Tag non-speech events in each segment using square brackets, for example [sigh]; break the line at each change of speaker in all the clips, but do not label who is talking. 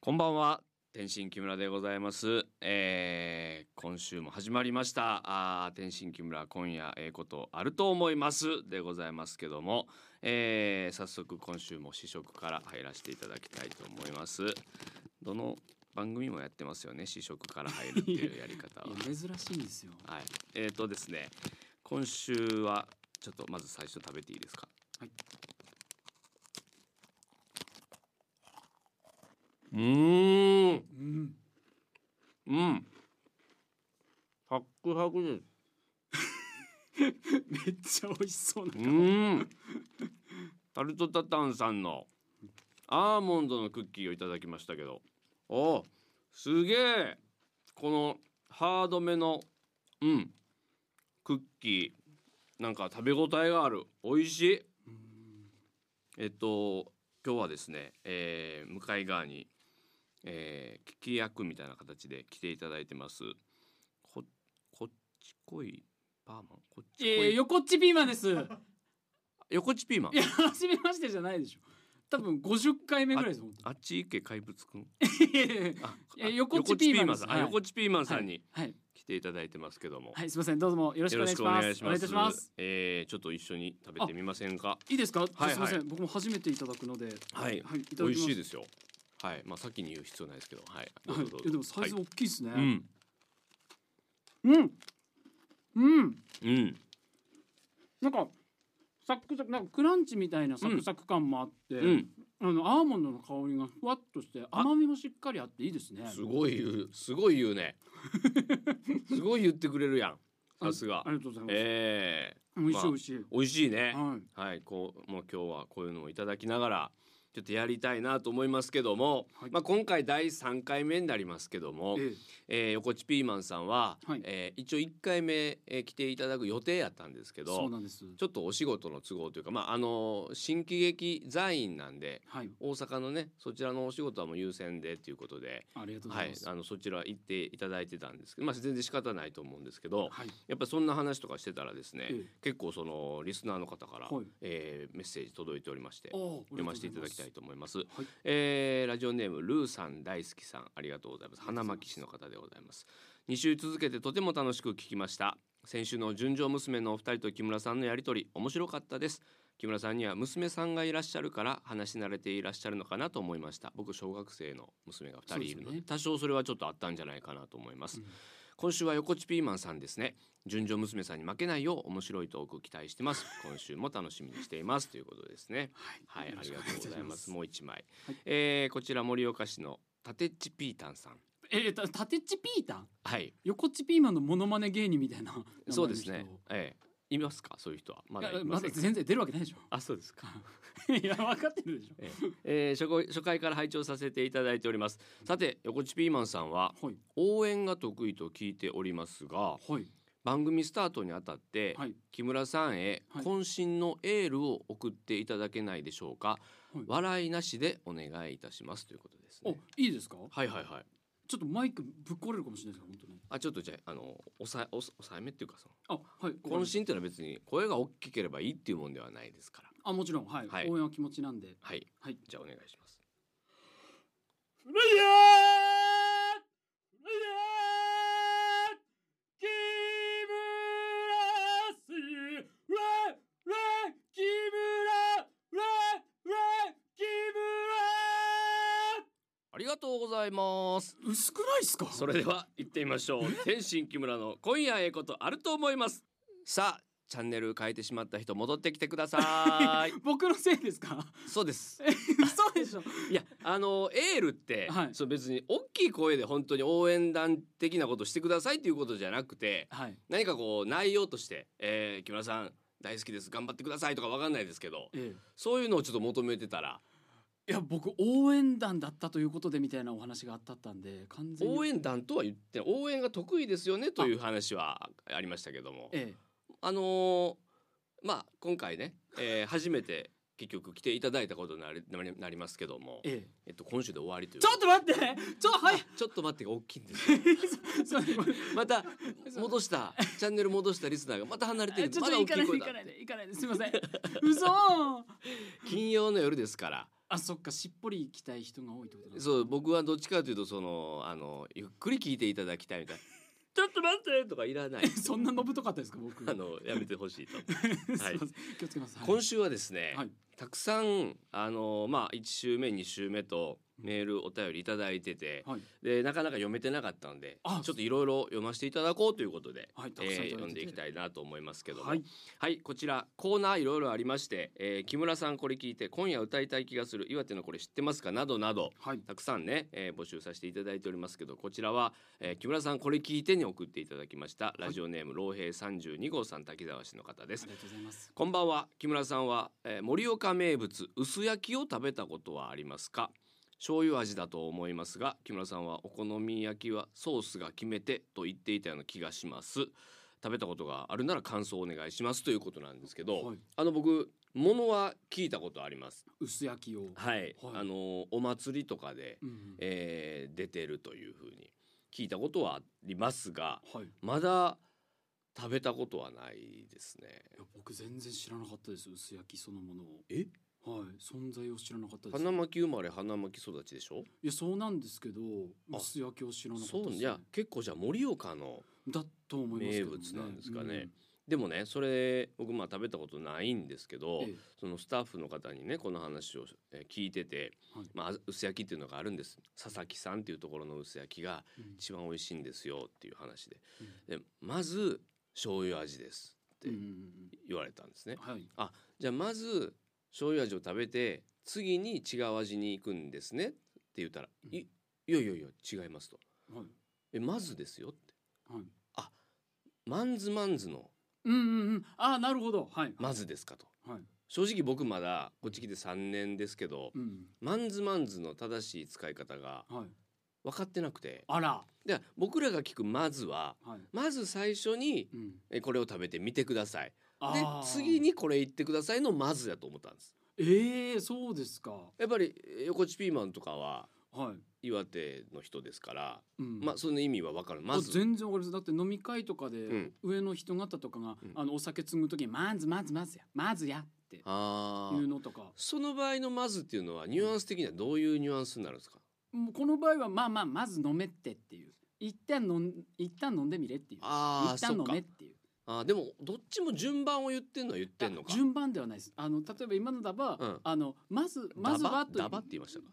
こんばんは天心木村でございます、えー、今週も始まりましたあー天心木村今夜ええことあると思いますでございますけども、えー、早速今週も試食から入らせていただきたいと思いますどの番組もやってますよね試食から入るっていうやり
[laughs]
方はい
や珍しいんですよ
はいえーとですね今週はちょっとまず最初食べていいですか
はい、
うーん
うん、 [laughs]
うん。サックサクです。
めっちゃ美味しそうな
うーん。タルトタタンさんのアーモンドのクッキーをいただきましたけど、おー、すげえ。このハードめのうんクッキーなんか食べ応えがある。美味しい。
うん
えっと今日はですね、えー向かい側に、えー、聞き役みたいな形で来ていただいてます。ここっちこいパーマンこっちこ
え
い、
ー、横っちピーマン [laughs] ですいや
横地ピーマン。
初めましてじゃないでしょ多分50回目ぐらいです本
あっち行け怪物くん。
当にいやいやいや
あ
いや
あ
横地ピーマンです
横地さん、
はい
あ横地ピーマンさんに
[laughs] はい
来ていただいてますけども。
はいすみませんどうもよろしくお願いしますお願いいたします
えーちょっと一緒に食べてみませんか。
いいですか、
はい
すみません僕も初めていただくので
はい
はいい
美
ただきます
味しいですよ。はい、まあ先に言う必要ないですけど、はい。どう
は
ぞ
い
どう
い
ぞ
やでもサイズ大きいですね、
はいうん
うんうん
うん
なんかサクサクなんかクランチみたいなサクサク感もあって、
うん。
あのアーモンドの香りがふわっとして甘みもしっかりあっていいですね。
すごい言う、すごい言う
[laughs]
ね。すごい言ってくれるやん。さすが
あ。りがとうございます。
え
美味し
ま
い
あ
美味しい。
ー、美味しいね。
はい。
はい、こう、もう今日はこういうのをいただきながら。ちょっとやりたいなと思いますけども、
はい
まあ今回第3回目になりますけども、え
え
ー横地ピーマンさんは、
はい
えー一応1回目、えー来ていただく予定やったんですけ
え、そう
ど
なんです。
ちょっとお仕事の都合というか、まあ、あの新喜劇座員なんで
はい。
大阪のねそちらのお仕事はもう優先でということで、
ありがとうご
は
ざい
い
ま、す。
あ
はい。
のそちら行っていただいてたんですけど、まあ、全然仕方ないと思うんですけどやっぱりそんな話とかしてたらですね、
ええ
結構そのリスナーの方から、
はい
えーメッセージ届いておりまして
おー
読ませていただきたい。
あ
と思います。
りがとうございます
えーラジオネームルーさん大好きさんありがとうございます花巻市の方でございます2週続けてとても楽しく聞きました先週の純情娘のお二人と木村さんのやりとり面白かったです木村さんには娘さんがいらっしゃるから話し慣れていらっしゃるのかなと思いました僕小学生の娘が2人いるの
そう
で
ですね
多少それはちょっとあったんじゃないかなと思います、
うん
今週は横地ピーマンさんですね純情娘さんに負けないよう面白いトーク期待してます今週も楽しみにしていますということですね
は。
はいい、ありがとうございます。
もう
もう一枚、
はい
えーこちら盛岡市のタテッチピータンさん。
ええ、たタテチピータン、
はい、
横っちピーマンのモノマネ芸人みたいな。
そうですね
名前の。
ええいますか、そういう人は。ま
人
だ
いや
い
ま
ませ
だ
んか。
全然出るわけないでしょ。
あ、そうですか。
[laughs] いや分かってるでし
えええー初回初回から拝聴させていただいております。さて、横地ピーマンさんは
ょ。はい
応援が得意と聞いておりますが、
はい
番組スタートにあたって、
はい。
木村さんへ
はい
渾身のエールを送っていただけないでしょうか。
はい
笑いなしでお願いいたしますということです
お
ね。
いいですか。
はいはいはい。
ちょっとマイクぶっ壊れるかもしれないですから本当に。
あちょっとじゃああの抑え抑抑えめっていうかその
あはい。
渾身っていうのは別に声が大きければいいっていうもんではないですから
あもちろんはい、
はい
応援は気持ちなんで。
はい
はい。
じゃあお願いします
フレイヤーフレイヤー木村氏フレフレ木村フレフレ木
ありがとうございます
村薄くないっすか
それでは行ってみましょう
[laughs]
天心木村の今夜ええことあると思いますさあチャンネル変えてしまった人戻ってきてくださ
[laughs]
い
僕のせいですか
そう
[laughs]
です
え嘘でしょ
いやあのエールって、
はい
そう別に大きい声で本当に応援団的なことしてくださいっていうことじゃなくて
はい
何かこう内容として、えー木村さん大好きです頑張ってくださいとかわかんないですけど
え
そういうのをちょっと求めてたら
えいや僕応援団だったということでみたいなお話があったったんで完全に
応援団とは言ってない応援が得意ですよねという話はありましたけども
え
あのーまあ今回ね、えー初めて結局来ていただいたことになりなりなりますけども
え、え
えっと、今週で終わりという
えちょっと待ってちょはい [laughs]
ちょっと待ってが大きいんですよ
そう
ま
[laughs]
た戻したチャンネル戻したリスナーがまた離れてるんで
ちょっ
ま
と
だ
行
大
か
き
な
い
いで
声だ
行かないで行かないですいません嘘
金曜の夜ですから
あそっかしっぽり行きたい人が多いってことだ
そう僕はどっちかというとそのあのゆっくり聞いていただきたいみたい
[laughs]
な「ちょっと待って!」 [laughs] とかいらない
[laughs] そんなのぶとかったですか僕
あのやめてほしいと。
すいません
は
気をつけます、はい
今週はですね、
はい
たくさんあの、まあ、1週目2週目と
うん
メールお便りいただいてて、
はい
でなかなか読めてなかったので
あ
ちょっといろいろ読ませていただこうということで、
はいた
え
くさんいた
ー
だいてて
読んでいきたいなと思いますけども、
は
はいい、こちらコーナーいろいろありまして、えー木村さんこれ聞いて今夜歌いたい気がする岩手のこれ知ってますかなどなど
はい
たくさんね、えー募集させていただいておりますけどこちらは、えー木村さんこれ聞いてに送っていただきましたラジオネーム老兵32号さん滝沢市の方で
あ
す
りがとうございます
こんばんは木村さんは、えー盛岡名物薄焼きを食べたことはありますか醤油味だと思いますが木村さんはお好み焼きはソースが決めてと言っていたような気がします食べたことがあるなら感想をお願いしますということなんですけど、
はい
あの僕物は聞いたことあります
薄焼きを、
はい、
はい
あのお祭りとかで、
うんうん
えー出てるというふうに聞いたことはありますが
はいい
まだ食べたことはないですね
や僕全然知らなかったです薄焼きそのものを
え
はい存在を知らなかったです
花巻生まれ花巻育ちでしょ
いやそうなんですけど
あ
薄焼きを知らなかった
そう
です、ね、
いや結構じゃあ盛岡の
だと思いますけど、ね、
名物なんですかねでもねそれ僕まあ食べたことないんですけ
うん
ど、
ええ
そのスタッフの方にねこの話をえー聞いてて、
はい
まあ薄焼きっていうのがあるんです佐々木さんっていうところの薄焼きが
うん
一番美味しいんですよっていう話で
うん
でまず醤油味ですって
うんうんうん
言われたんですね、
はい
じゃあまず醤油味を食べて次に違う味に行くんですねって言ったら「
うん
いいやいやいや違います」と
はい
「えまずですよ」って
はい
「マンズマンズの
うんうんうんああなるほどはい
まずですか」と。
はい
正直僕まだこっち来て3年ですけど、
うん
マンズマンズの正しい使い方が
はい
分かってなくて
あら
で僕らが聞く「まずは」
はい
まず最初に
うん
えこれを食べてみてくださいで
あー
次にこれ言ってくださいの「まず」だと思ったんです
ええそうですか
やっぱりえ横地ピーマンとかは
はい
岩手の人ですから、
うん
まあその意味は分かるま
あ
ず
全然わかりますだって飲み会とかで、
うん
上の人方とかが、
うん
あのお酒継ぐ時に「まずまずまずやまずや」ってい
あ
う
ー
のとか
その場合の「まず」っていうのはニュアンス的にはどういうニュアンスになるんですか
もうこの場合は「まあまあまず飲めって」っていう一旦飲ん一旦飲んでみれっていう
ああそ
一旦
っ
飲
か
めっていう
あーでもどっちも順番を言ってんのは言ってんのか
あ順番ではないですあの例えば今のだば、
うん
あのまずまずはと
ダバダバって言いましたか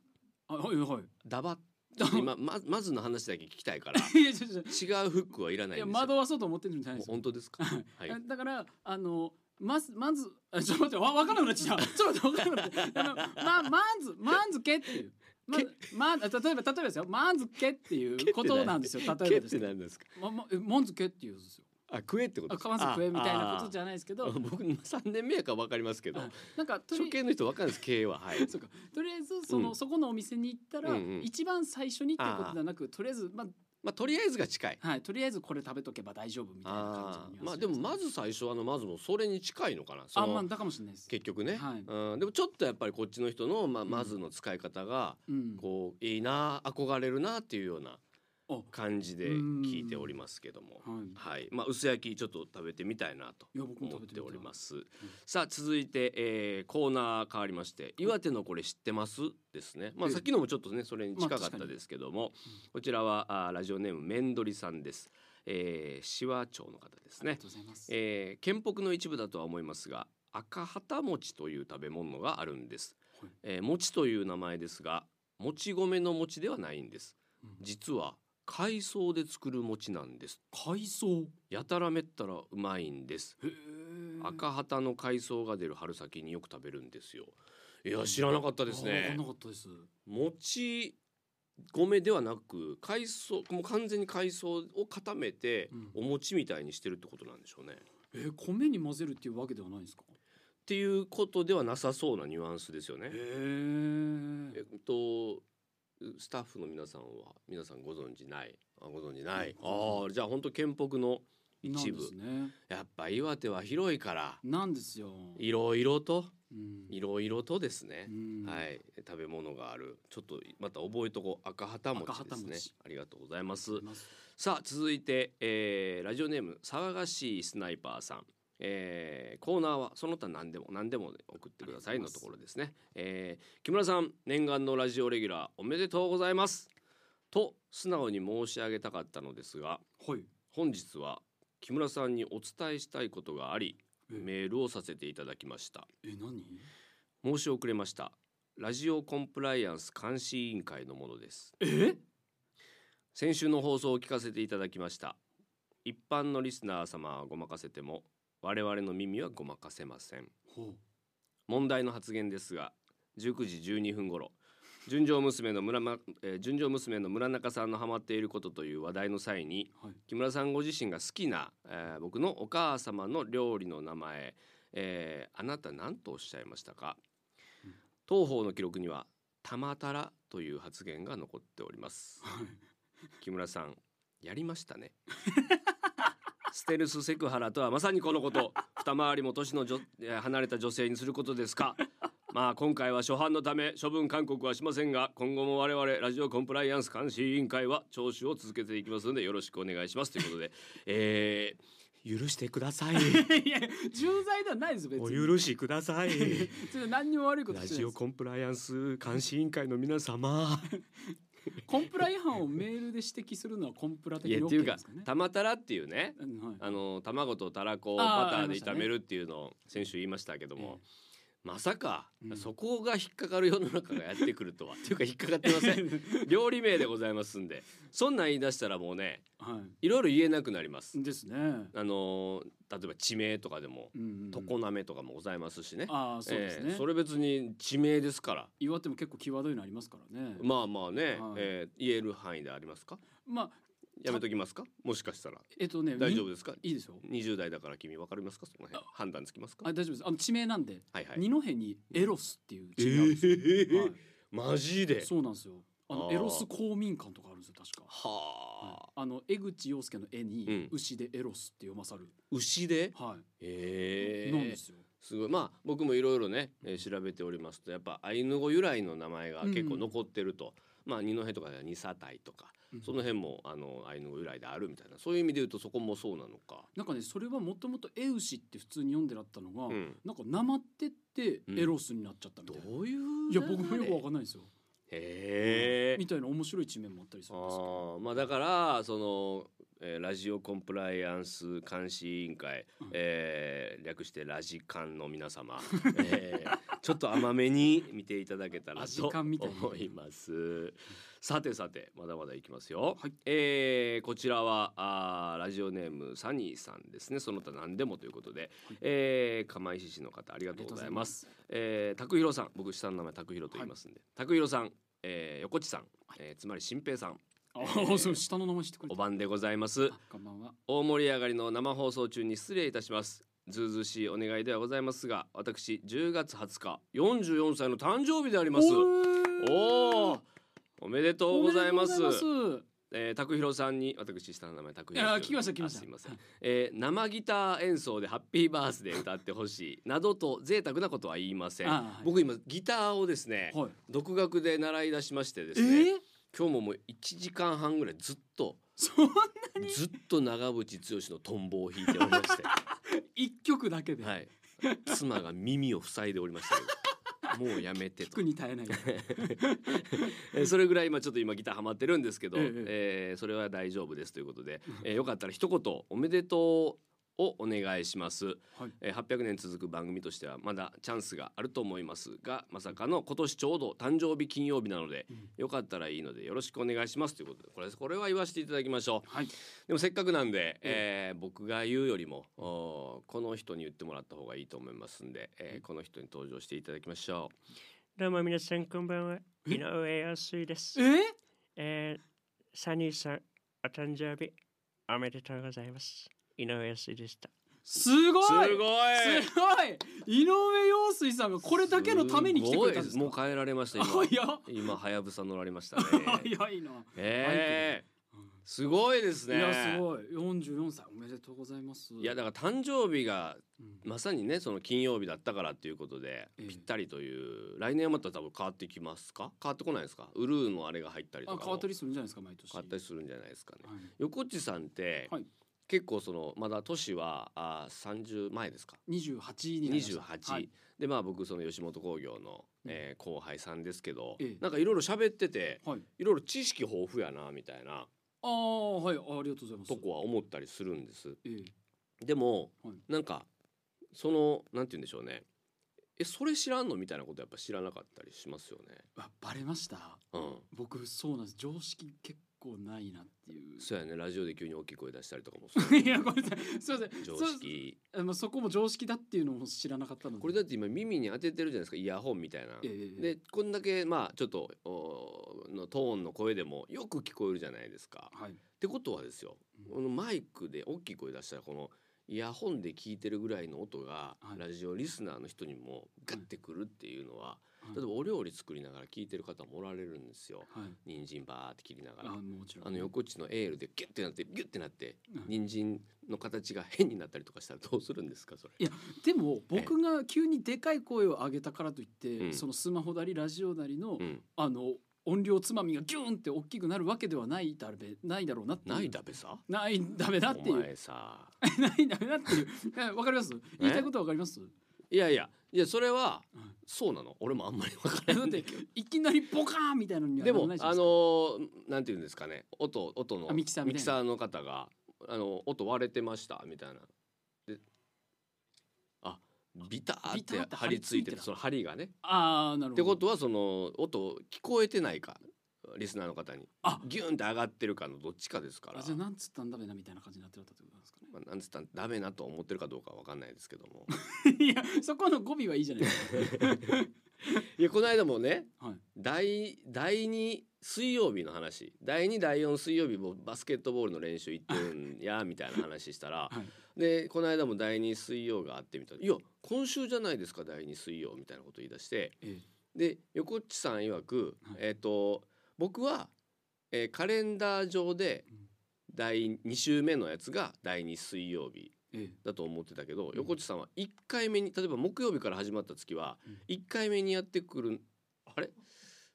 あはいはい
ダバ [laughs]
ダバ
今ままずの話だけ聞きたい
[laughs]
から
いやちょちょち
違うフックはいら
ょ
ないい
や
んですよ
惑わそうと思ってるんじゃな
もう
いですよ
本当ですかはい
だからあのまずまずあちょっと待ってわわからなくなっちゃったちょっと待ってわからなくなっちゃったあのままずまずけっていうまずまあ例えば例えばですよまずけっていうことなんですよ例えばですけど
んですか
ままえまずけっていうんですよ
あ食えってこと
あ
です
かまず食えみたいなことじ
ゃ
ゃないですけど
僕3年目やから分かりますけど
はいなんかと
初
り
見の人分かるんです経営ははい
そうかとりあえずその、
うん
そこのお店に行ったら、
うんうん
一番最初にっていうことではなくとりあえずま
まあとりあえずが近い
あはいとりあえずこれ食べとけば大丈夫みたいな感じの
あ
ニュアンス
ーまあでも
すね
まず最初はあのまずもそれに近いのかなそ
あ
の
まあだかもしれないです。
結局ね、
はい
うん、でもちょっとやっぱりこっちの人の、まあ、まずの使い方が
うん
こういいな憧れるなっていうような
あ
感じで聞いておりますけども、
は
は
い。
いまあ、薄焼きちょっと食べてみたいなと
いや僕も
思っ
食べてみた
て
い
おります、さあ続いて、えーコーナー変わりまして「岩手のこれ知ってます?」ですね、まあ、
ええ
さっきのもちょっとねそれに近か
まあ
っ
確
た
かに
ですけども、こちらはあーラジオネームめんどりさんです、えー、紫波町の方です
あり
ね
がとうございます。
えー県北の一部だとは思いますが赤旗餅という食べ物があるんです、
はい
えー餅という名前ですがもち米の餅ではないんです
うん
実は海藻で作る餅なんです
海藻。
やたらめったらうまいんです
へえ。
赤旗の海藻が出る春先によく食べるんですよいや知らなかったです
あわか
ね
んなかったです。
餅米ではなく海藻もう完全に海藻を固めて
うん
お餅みたいにしてるってことなんでしょうね、
えー、米に混ぜるっていうわけではないんですか。
っていうことではなさそうなニュアンスですよ
へ
ね。え
え。
っとスタッフの皆さんは皆さんご存知ないあご存知ない、
うん
ああじゃあ本当県北の一部
なんですね。
やっぱ岩手は広いから
なんですよ。
いろいろと
うん
いろいろとですね
う、ん
はい食べ物があるちょっとまた覚えとこう赤旗餅で
赤
す
旗
ね
餅
ありがとうございます
あります
さあ続いて、えーラジオネーム騒がしいスナイパーさんえーコーナーはその他何でも何でも送ってくださいのところですね、えー木村さん念願のラジオレギュラーおめでとうございますと素直に申し上げたかったのですが
はい
本日は木村さんにお伝えしたいことがあり
え
メールをさせていただきました
え何
申し遅れましたラジオコンプライアンス監視委員会のものです
え
先週の放送を聞かせていただきました一般のリスナー様はごまかせても我々の耳はごまかせません
ほ
問題の発言ですが19時12分頃純情娘の村、まえー純情娘の村中さんのハマっていることという話題の際に
うはい
木村さんご自身が好きな、えー僕のお母様の料理の名前、えーあなた何とおっしゃいましたか
うん
当方の記録には「たまたら」という発言が残っております
はい [laughs]
木村さんやりましたね [laughs] ステルスセクハラとはまさにこのこと二回りも年の女えー離れた女性にすることですかまあ今回は初犯のため処分勧告はしませんが今後も我々ラジオコンプライアンス監視委員会は聴取を続けていきますのでよろしくお願いしますということで、えー許してください
いや重罪ではないですよ別
[laughs] お
に
許しください
それ何にも悪いこ
[laughs]
と
ラ
してな
ジ
いで
オ
す
コンプライアンス監視委員会の皆様
コンプラ違反をメールで指摘するのはコンプラ的
いや
に
ってい [laughs]
OK
うか
ですかね
たまたらっていうね
うんはい
あの卵とたらこを
あー
バタ
あ
ーで
りました
炒
ね
めるっていうのを先週言いましたけども、まさか、
うん
そこが引っかかる世の中がやってくる
[laughs]
とはっていうか引っかかってません料理名でございますんでそんなん言い出したらもうね
はい
ろいろ言えなくなります
い、ですね
あの例えば地名とかでも
うんうん
常滑とかもございますしね、
[laughs] ああそうですね、
えーそれ別に地名ですから
岩手も結構際どいのありますからねま
まあまあね、
はい
えー言える範囲でありますか
あ
やめときますかもしかしたら
えっとね
大丈夫
に
ですか
いいですよ
20代だから君わかりますかその辺判断つきますか
あ大丈夫ですあの地名なんで、
はいはい
二戸にエロスっていう
え
地名なんですよ、
ー
はい
マジで
そうなんですよあの
あー
エロス公民館とかあるんですよ確か
は
はいあの江口洋介の絵に、
うん
牛でエロスって読まさる、
あ牛で
はい
え
なんで
ー、
すよ、
すごいまあ僕もいろいろね、えー調べておりますとやっぱアイヌ語由来の名前が結構残ってると、まあ二戸とかでは二サタイとかその辺もあのアイヌ語由来であるみたいなそういう意味で言うとそこもそうなのか。
なんかねそれはもともと「エウシ」って普通に読んでなったのが、
うん、
なんかなまってって
うん
エロスになっちゃったみたいな、
どういう
いや僕もよくわ
か
かんないですよ、
へえ
みたいな面白い地面もあったりするんですけど
あーまあだからその、えーラジオコンプライアンス監視委員会、
うん
えー略してラジカンの皆様、 [laughs] えーちょっと甘めに見ていただけたら
ラジ
と
カンみたいに
思います。さてさてまだまだいきますよ。
はい
えーこちらはあーラジオネームサニーさんですねその他何でもということで、
はい
えー釜石市の方ありがとうございます。えー、拓弘さん僕下の名前拓弘と言いますんで、拓弘さん、えー、横地さん、えーつまり新平さん
ああ、そう下の名前してくれ
お
た。
晩でございます
あこんばんは。
大盛り上がりの生放送中に失礼いたしますずうずうしいお願いではございますが私10月20日44歳の誕生日でありますおーおめでとうございます
おめでとうござい
えー、拓弘さんに私下の名前拓
いや
弘
聞きました聞きました
あすいません、えー、生ギター演奏でハッピーバースデー歌ってほしいなどと贅沢なことは言いません、
あはい
僕今ギターをですね、
はい。
独学で習い出しましてです
え
ね、
ー、
今日ももう1時間半ぐらいずっと
そんな
ずっと長渕剛のトンボを弾いておりまして、
一曲だけで、
はい、妻が耳を塞いでおりましたけどもうやめて
[laughs] 聞く
と
に耐えない。
えそれぐらい今ちょっと今ギターハマってるんですけど、
え
え
え
ーそれは大丈夫ですということで、えーよかったら一言「おめでとう」をお願いします、
はい
えー800年続く番組としてはまだチャンスがあると思いますがまさかの今年ちょうど誕生日金曜日なので、
うん
よかったらいいのでよろしくお願いしますということでこれこれは言わせていただきましょう。 [laughs]
はい。
でもせっかくなんで、えー僕が言うよりも、おーこの人に言ってもらった方がいいと思いますんで、えーこの人に登場していただきましょ
どうも皆さんこんばんは。井上陽水です
え。ー、
えー、サニーさん、お誕生日おめでとうございます。井上陽水でした。
すご
う。
い。
すごい。
すごい。井上陽水さんがこれだけのために来てくれたんです
ごいもう
か。
帰られました
あ
今
い。や。
今はやぶさ乗られました
[laughs]
ね。
早 [laughs] いな。
えーすごいです
い
ね。
やすごい。四十四歳おめでとうございます。
いやだから誕生日が
うん
まさにねその金曜日だったからっていうことで、
ええ
ぴったりという来年はまた多分変わってきますか変わってこないですかウルーのあれが入ったりと
あ
かも
変わったりするんじゃないですか毎年。
変わったりするんじゃないですかね
はい
横地さんって、
はい
結構そのまだ年はあ30前ですか
二十八になりました。
28、
はい
でまあ僕その吉本興業の、
うん
えー後輩さんですけど、
ええ
なんかいろいろ喋ってて
はい。
いろいろ知識豊富やなみたいな
ああはいあありがとうございます。
とこは思ったりするんです
ええ
でも、
はい
なんかそのなんて言うんでしょうねえそれ知らんのみたいなことやっぱ知らなかったりしますよね
あバレました。
う
僕そうなんです常識結構ないなってい
ん
う。
そうやねラジオで急に大きい声出したりとかもそう
[laughs] いやごめんなさいすいません。
常識
そう。まあそこも常識だっていうのも知らなかったので。
これだって今耳に当ててるじゃないですかイヤホンみたいな、
ええええ
でこんだけまあちょっとおのトーンの声でもよく聞こえるじゃないですか。
はい。
ってことはですよ
うん
このマイクで大きい声出したらこのイヤホンで聞いてるぐらいの音が
はい
ラジオリスナーの人にもガッてくるっていうのは
はい
例えばお料理作りながら聞いてる方もおられるんですよ。
はい。
人参バーって切りなが
あ
ら
もちろん。
あの横っちのエールでギュッてなってギュッてなって
うん
人参の形が変になったりとかしたらどうするんですかそれ。
いやでも僕が急にでかい声を上げたからといって、
うん
そのスマホなりラジオなりの、
うん、
あの音量つまみがギューンって大きくなるわけではないだべないだろうなっていう
ないだべさ
ないダメだってい
お
う
前さ
ないダメだっていうえわかります言いたいことはわかります
いやいやいやそれは
うん
そうなの俺もあんまり分からな
だっ
いんだ
て
けど
いきなりボカーンみたいなのには
でも
ならないじゃ
あ
ない
の
すか
ーなんていうんですかね音音の
あミキサーみたいな
の方があの音割れてましたみたいなであビターっ
ビターって
て張り付いて
張り付いて
る
た
その針がね
あーな
っ
るほ
て
ど
ことはその音聞こえてないかリスナーの方に
あ
ギュンって上がってるかのどっちかですから
あじゃあなんつったんだべなみたいな感じになってたってことなんですか
まあ、なんつったらダメなと思ってるかどうかわかんないですけども
ね [laughs] いやそこの語尾はいいじゃないですか
[laughs] いやこの間もね
はい
第第2水曜日の話第2第4水曜日もバスケットボールの練習行ってるんやみたいな話したら、
は
でこの間も第2水曜があってみたいな「いや今週じゃないですか第2水曜」みたいなこと言い出して
え
で横っちさん曰く、
はい
えっ、と僕は、えーカレンダー上で
うん
第2週目のやつが第2水曜日
ええ
だと思ってたけど、
ん
横地さんは1回目に例えば木曜日から始まった月は
うん
1回目にやってくるあれ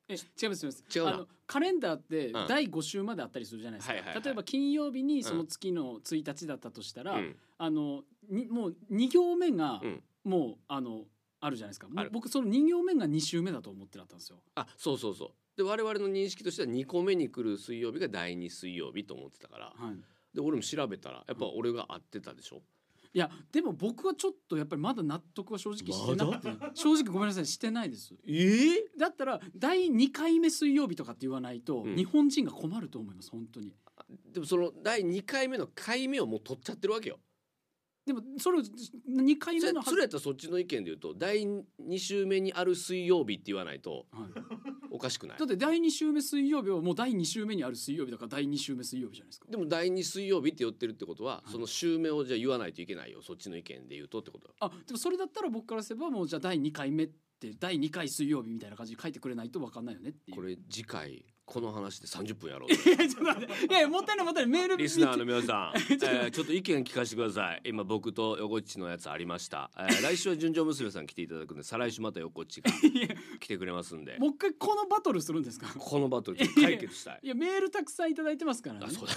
え違います違います
違うな
あのカレンダーって
ん
第5週まであったりするじゃないですか、
はいはいはい
例えば金曜日にその月の1日だったとしたら、
うん
あのにもう2行目が
うん
もう、あのあるじゃないですかもう
ある
僕その2行目が2週目だと思ってだったんですよ
あそうそうそうで我々の認識としては2個目に来る水曜日が第2水曜日と思ってたから
はい
で俺も調べたらやっぱ俺が合ってたでしょ、
いやでも僕はちょっとやっぱりまだ納得は正直してなくて、
[laughs]
正直ごめんなさいしてないです
ええ
だったら第2回目水曜日とかって言わないと、
うん
日本人が困ると思います本当に
でもその第2回目の回目をもう取っちゃってるわけよ
でもそれを2回
そ
目
れ
のは
それやったらそっちの意見で言うと第2週目にある水曜日って言わないと
はい
おかしくない
だって第2週目水曜日はもう第2週目にある水曜日だから第2週目水曜日じゃないですか。
でも第2水曜日って言ってるってことは、
い
その週目をじゃあ言わないといけないよそっちの意見で言うとってことよ
あでもそれだったら僕からすればもうじゃあ第2回目って第2回水曜日みたいな感じで書いてくれないと分かんないよねっていう。
これ次回この話で30分やろう
[laughs] いやちょっと待っていやいやもったいないもったいないメール
リスナーの皆
[laughs]
さん、えーちょっと意見聞かせてください今僕と横地のやつありました、え
[laughs]
ー来週は純情娘さん来ていただくんで再来週また横地が来てくれますんで
もう一回このバトルするんですか
このバトルちょっと解決したい
いやメールたくさんいただいてますからね
あそう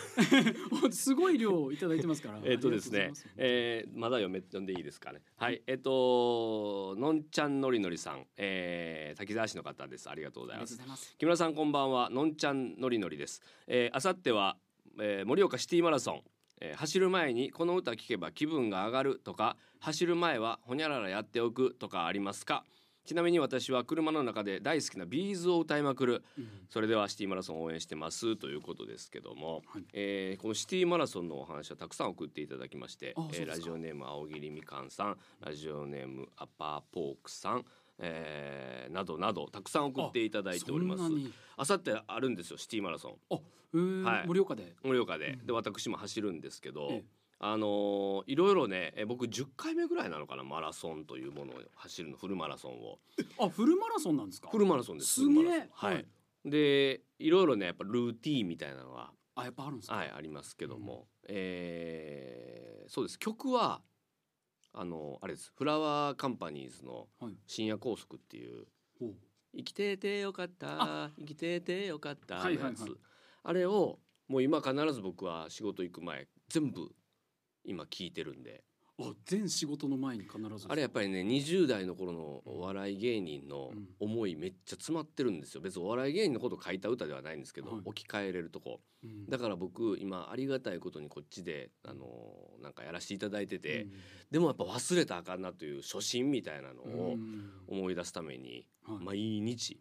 だ
[laughs] すごい量いただいてますから
[laughs] えっとですね
ありがとうございます
えーまだ読め読んでいいですかねはいえっ、とのんちゃんのりのりさん、えー、滝沢市の方ですありがとうございま
ありがと
す
うございます
木村さんこんばんはのんちゃんのりのりですえーあさってはえー盛岡シティマラソン、えー走る前にこの歌聴けば気分が上がるとか走る前はほにゃららやっておくとかありますかちなみに私は車の中で大好きなビーズを歌いまくる
うん
それではシティマラソンを応援してますということですけども、
はい
えーこのシティマラソンのお話はたくさん送っていただきまして
あそう
え
です
ー
か
ラジオネーム青桐みかんさんラジオネームアパーポークさん、えーなどなどたくさん送っていただいております
そんなに
あさってあるんですよシティマラソン
あ、えー
はい
盛岡で
盛岡で
うん
で私も走るんですけど、
ええ
あのーいろいろねえー僕10回目ぐらいなのかなマラソンというものを走るのフルマラソンを
あフルマラソンなんですか
フルマラソンです
すげえ
フルマラソンはい、
はい
でいろいろねやっぱルーティーンみたいなのは
あやっぱあるんですか、
はいありますけども、えーそうです曲はあのあれですフラワーカンパニーズの
はい
「深夜高速」っていう
おう
「生きててよかった生きててよかった」
は
の
い
やつ、
はいはい
あれをもう今必ず僕は仕事行く前全部今聞いてるんで
あ全仕事の前に必ず
あれやっぱりね20代の頃のお笑い芸人の
うん
思いめっちゃ詰まってるんですよ別にお笑い芸人のこと書いた歌ではないんですけど、
はい
置き換えれるとこ
り、うん
だから僕今ありがたいことにこっちであのーなんかやらせていただいてて、
うん
でもやっぱ忘れたらあかんなという初心みたいなのを
うん
思い出すために
はい
毎日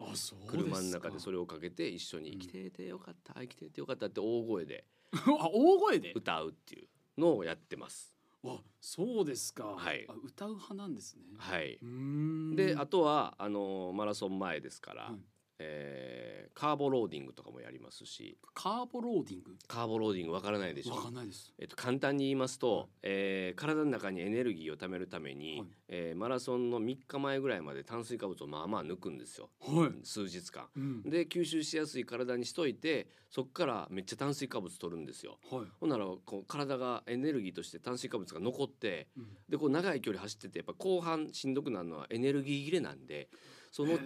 あそうですか
車の中でそれをかけて一緒に「生きててよかった生きててよかった」って大声で
[laughs] あ大声で
歌うっていうのをやってます。
あそうですか、
はい
あ歌う派なんですね、
はいう
ーん
であとはあのーマラソン前ですから、
はい
えーカーボローディングとかもやりますし
カーボローディング
カーボローディングわからないでしょ
わかんないです
えっと、簡単に言いますと、
はい
えー体の中にエネルギーを貯めるために、
はい
えーマラソンの3日前ぐらいまで炭水化物をまあまあ抜くんですよ
はい、
数日間。
うん、
で吸収しやすい体にしといてそっからめっちゃ炭水化物取るんですよ。
はい、
ほんならこう体がエネルギーとして炭水化物が残って
うん
でこう長い距離走っててやっぱ後半しんどくなるのはエネルギー切れなんでその
へー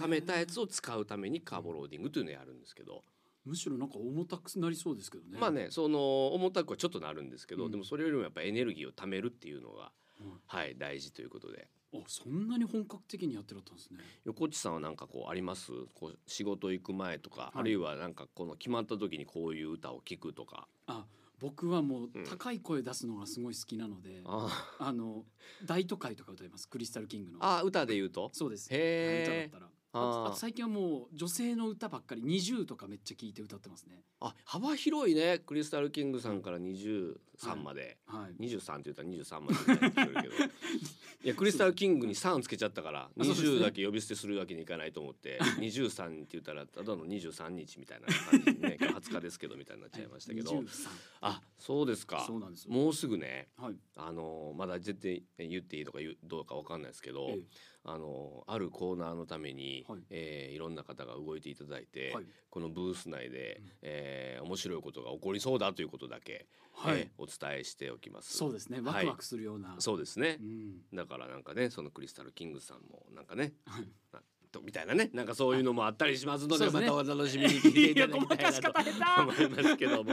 貯めたやつを使うためにカーボローディングというのをやるんですけど、
むしろなんか重たくなりそうですけどね
まあねその重たくはちょっとなるんですけど、
うん
でもそれよりもやっぱエネルギーを貯めるっていうのが、
うん
はい、大事ということで
あそんなに本格的にやってらったんですね
横地さんは何かこうありますこう仕事行く前とか、
い
あるいはなんかこの決まった時にこういう歌を聴くとか。
僕はもう
うん
高い声出すのがすごい好きなので、
あー
あの大都会とか歌いますクリスタルキングの
あ歌で言うと
そうです歌だっ
へえ
たら
あ
あ
ー
あと最近はもう女性の歌ばっかり20とかめっちゃ聞いて歌ってますね
あ幅広いねクリスタルキングさんから23まで、
はい
23って言ったら23までみたいに聞こえるけ
[laughs]
どいやクリスタルキングに3つけちゃったから
あそうですね
20だけ呼び捨てするわけにいかないと思って
[laughs]
23って言ったらただの23日みたいな感じでね今日20日ですけどみたいになっちゃいましたけど、
はい
あそうです
23
か
そうなんですよ
もうすぐね
はい
あのまだ絶対言っていいとか言うどうかわかんないですけど、
え
あのあるコーナーのために、
はい
えーいろんな方が動いていただいて、
えはい
このブース内で、
うん
えー面白いことが起こりそうだということだけ、
はい、
えーお伝えしておきます。
そうです
は
ね
い
ワクワクするような、
そうですね
う、ん
だからなんかねそのクリスタルキングさんもなんかね [laughs]
はい
とみたいなねなんかそういうのもあったりしますので、
そうで
ます
ね
たお楽しみに聞いていただきたいなと
いやごまかし方下手
思いますけども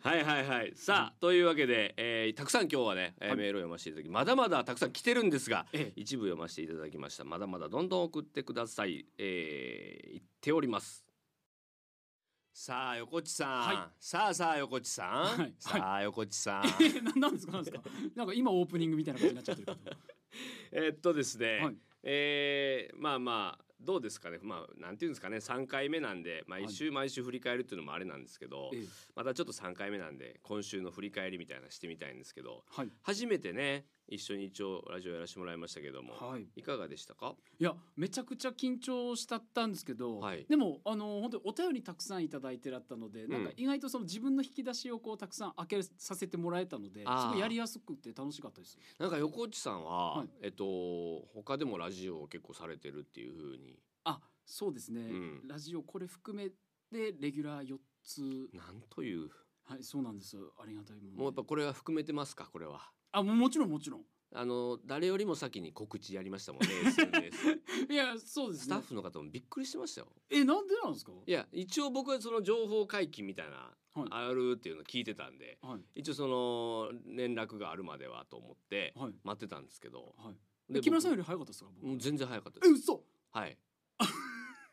はいはいはいさあというわけで、えーたくさん今日はね、えー
はい
メールを読ませていただきまだまだたくさん来てるんですが
ええ
一部読ませていただきましたまだまだどんどん送ってください、えー、言っておりますさあ横地さん、
はい
さあさあ横地さん、
はいはい
さあ横地
[laughs]
さん
えななんですかなんですかなんか今オープニングみたいな感じになっちゃってるけど
[laughs] えっとですね、
はい
えーまあまあどうですかねまあなんていうんですかね3回目なんで毎週毎週振り返るっていうのもあれなんですけど、
ええ
またちょっと3回目なんで今週の振り返りみたいなのしてみたいんですけど
はい
初めてね一緒に一応ラジオやらせてもらいましたけども、
はい
い、かがでしたか
いやめちゃくちゃ緊張したったんですけど、
はい
でもあの本当にお便りたくさんいただいてだったので、
ん
なんか意外とその自分の引き出しをこうたくさん開けさせてもらえたのです
あー
ごいやりやすくて楽しかったです。
なんか横内さんは、
はい
えっと他でもラジオを結構されてるっていう風に
あそうですね、
うん
ラジオこれ含めでレギュラー4つ
なんという
はいそうなんですありがたいもんで
もうやっぱこれは含めてますかこれは。
あもうもちろんもちろん [laughs]
あの誰よりも先に告知やりましたもんね SNS
いやそうですね
スタッフの方もびっくりしてましたよ。
えなんでなんですか
いや一応僕はその情報解禁みたいな、
はい
あるっていうのを聞いてたんで
はい
一応その連絡があるまではと思って
はい
待ってたんですけど
はい
で
え木村さんよ
僕
り早かったですか僕
もう全然早かったです。
え嘘
はい、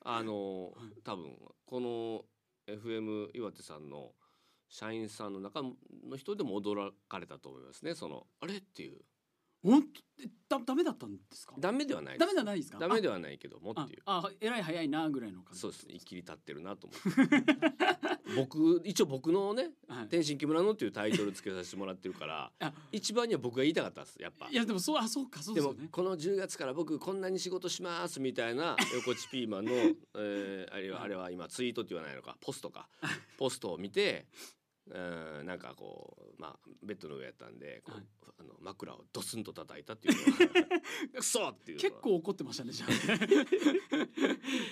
あの多分この FM 岩手さんの社員さんの中の人でも驚かれたと思いますねそのあれっていう
本当えだダメだったんですか
ダメではない
ダメじゃないですか
ダメではないけどもっていう
ああえらい早いなぐらいの感じ
そうですね。一気に立ってるなと思って僕一応僕のね
は
「
い
天心木村の」っていうタイトルつけさせてもらってるから
あ
一番には僕が言いたかったですやっぱ。
いやでもそうあそうかそう
で
ですよ
も
ね
この10月から僕こんなに仕事しますみたい
[laughs]
な横地ピーマンの、えーあれはあれは今ツイートって言わないのかポストかポストを見てうんなんかこうまあベッドの上やったんでこう、
はい
あの枕をドスンと叩いたっていう
[laughs]
のがクソっていうのが
結構怒ってましたね
[laughs]
じゃ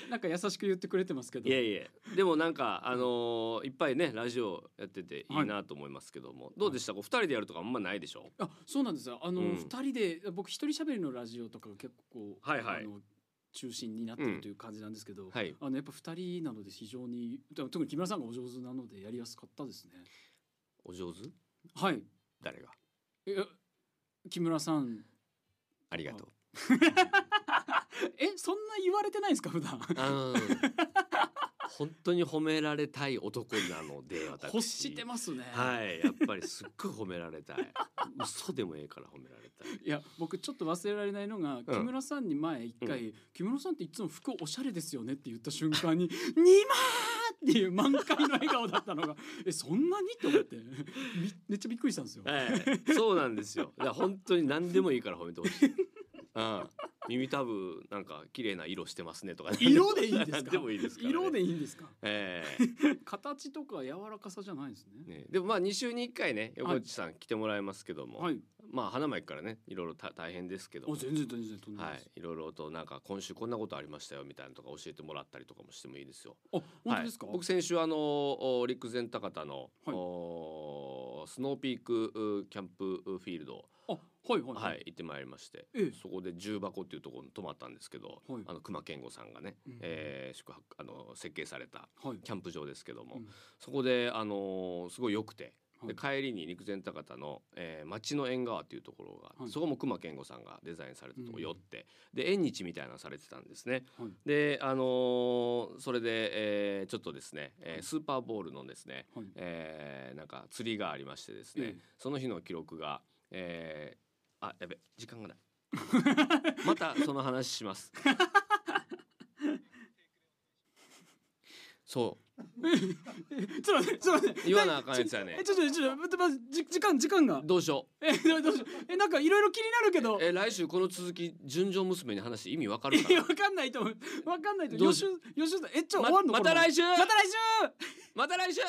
あなんか優しく言ってくれてますけど
いやいやでもなんかあのーいっぱいねラジオやってていいなと思いますけども、どうでしたこう2人でやるとかあんまないでしょ
あそうなんですよあの、
う
二
ん
人で僕一人喋りのラジオとかが結構、
はいはい
あの中心になってるという感じなんですけど、
はい
あのやっぱ二人なので非常に特に木村さんがお上手なのでやりやすかったですね
お上手
はい
誰が
え木村さん
ありがとう
えそんな言われてないんですか普段
うん本当に褒められたい男なので私
欲してますね、
はいやっぱりすっごい褒めら
[laughs]
れたい嘘でもええから褒められたい
いや僕ちょっと忘れられないのが、木村さんに前一回、木村さんっていつも服おしゃれですよね」って言った瞬間に「に [laughs] まー!」っていう満開の笑顔だったのが「えそんなに?」って思ってみめっちゃびっくりしたんですよ。
はい、そうなんですよ。だから本当に何でもいいから褒めてほしい。うん、耳たぶなんか綺麗な色してますねとか、
色でいいんですか
何でもいいですから、ね。
色でいいんですか
え
形とか柔らかさじゃないんですね
えね、でもまあ2週に1回ね横内さん来てもらいますけども、
はい
まあ花巻からねいろいろた大変ですけども
お全然全然とんでも
は
ないです、
い、いろいろとなんか今週こんなことありましたよみたいなのとか教えてもらったりとかもしてもいいですよ。
あ本当ですか、
はい、僕先週あのお陸前高田の、
はい
おスノーピークうキャンプフィールド、
あはいはい
はい、行ってまいりまして、
ええ
そこで重箱っていうところに泊まったんですけど、
はい
あの熊健吾さんがね、
うん
えー宿泊あの設計された
はい
キャンプ場ですけども、
うん
そこで、あのーすごい良くて。で
は
帰りに陸前高田の、えー町の縁側っていうところがあって、
はい
そこも熊健吾さんがデザインされたとこ
うん
寄って、で縁日みたいなのされてたんですね。
はい
であのーそれで、えーちょっとですね、えースーパーボールのですね、
はい
えーなんか釣りがありましてですね、
ええ
その日の記録が、えーあやべ時間
[laughs]
がないまたその話しますそう
いちょっと待ってちょっと待って
言わなあかんやつやね
えちょっとちょっと待ってまずじ時間時間が
どうしよ
えどうどうしようえなんかいろいろ気になるけど
うえ来週この続き純情娘に話して意味わかるか
[laughs] いや
な
わかんないと思う。わかんないと思う。
ど
予
うし
習予習だえちょ終わ
ま
んの
また来週
週また来週
また来週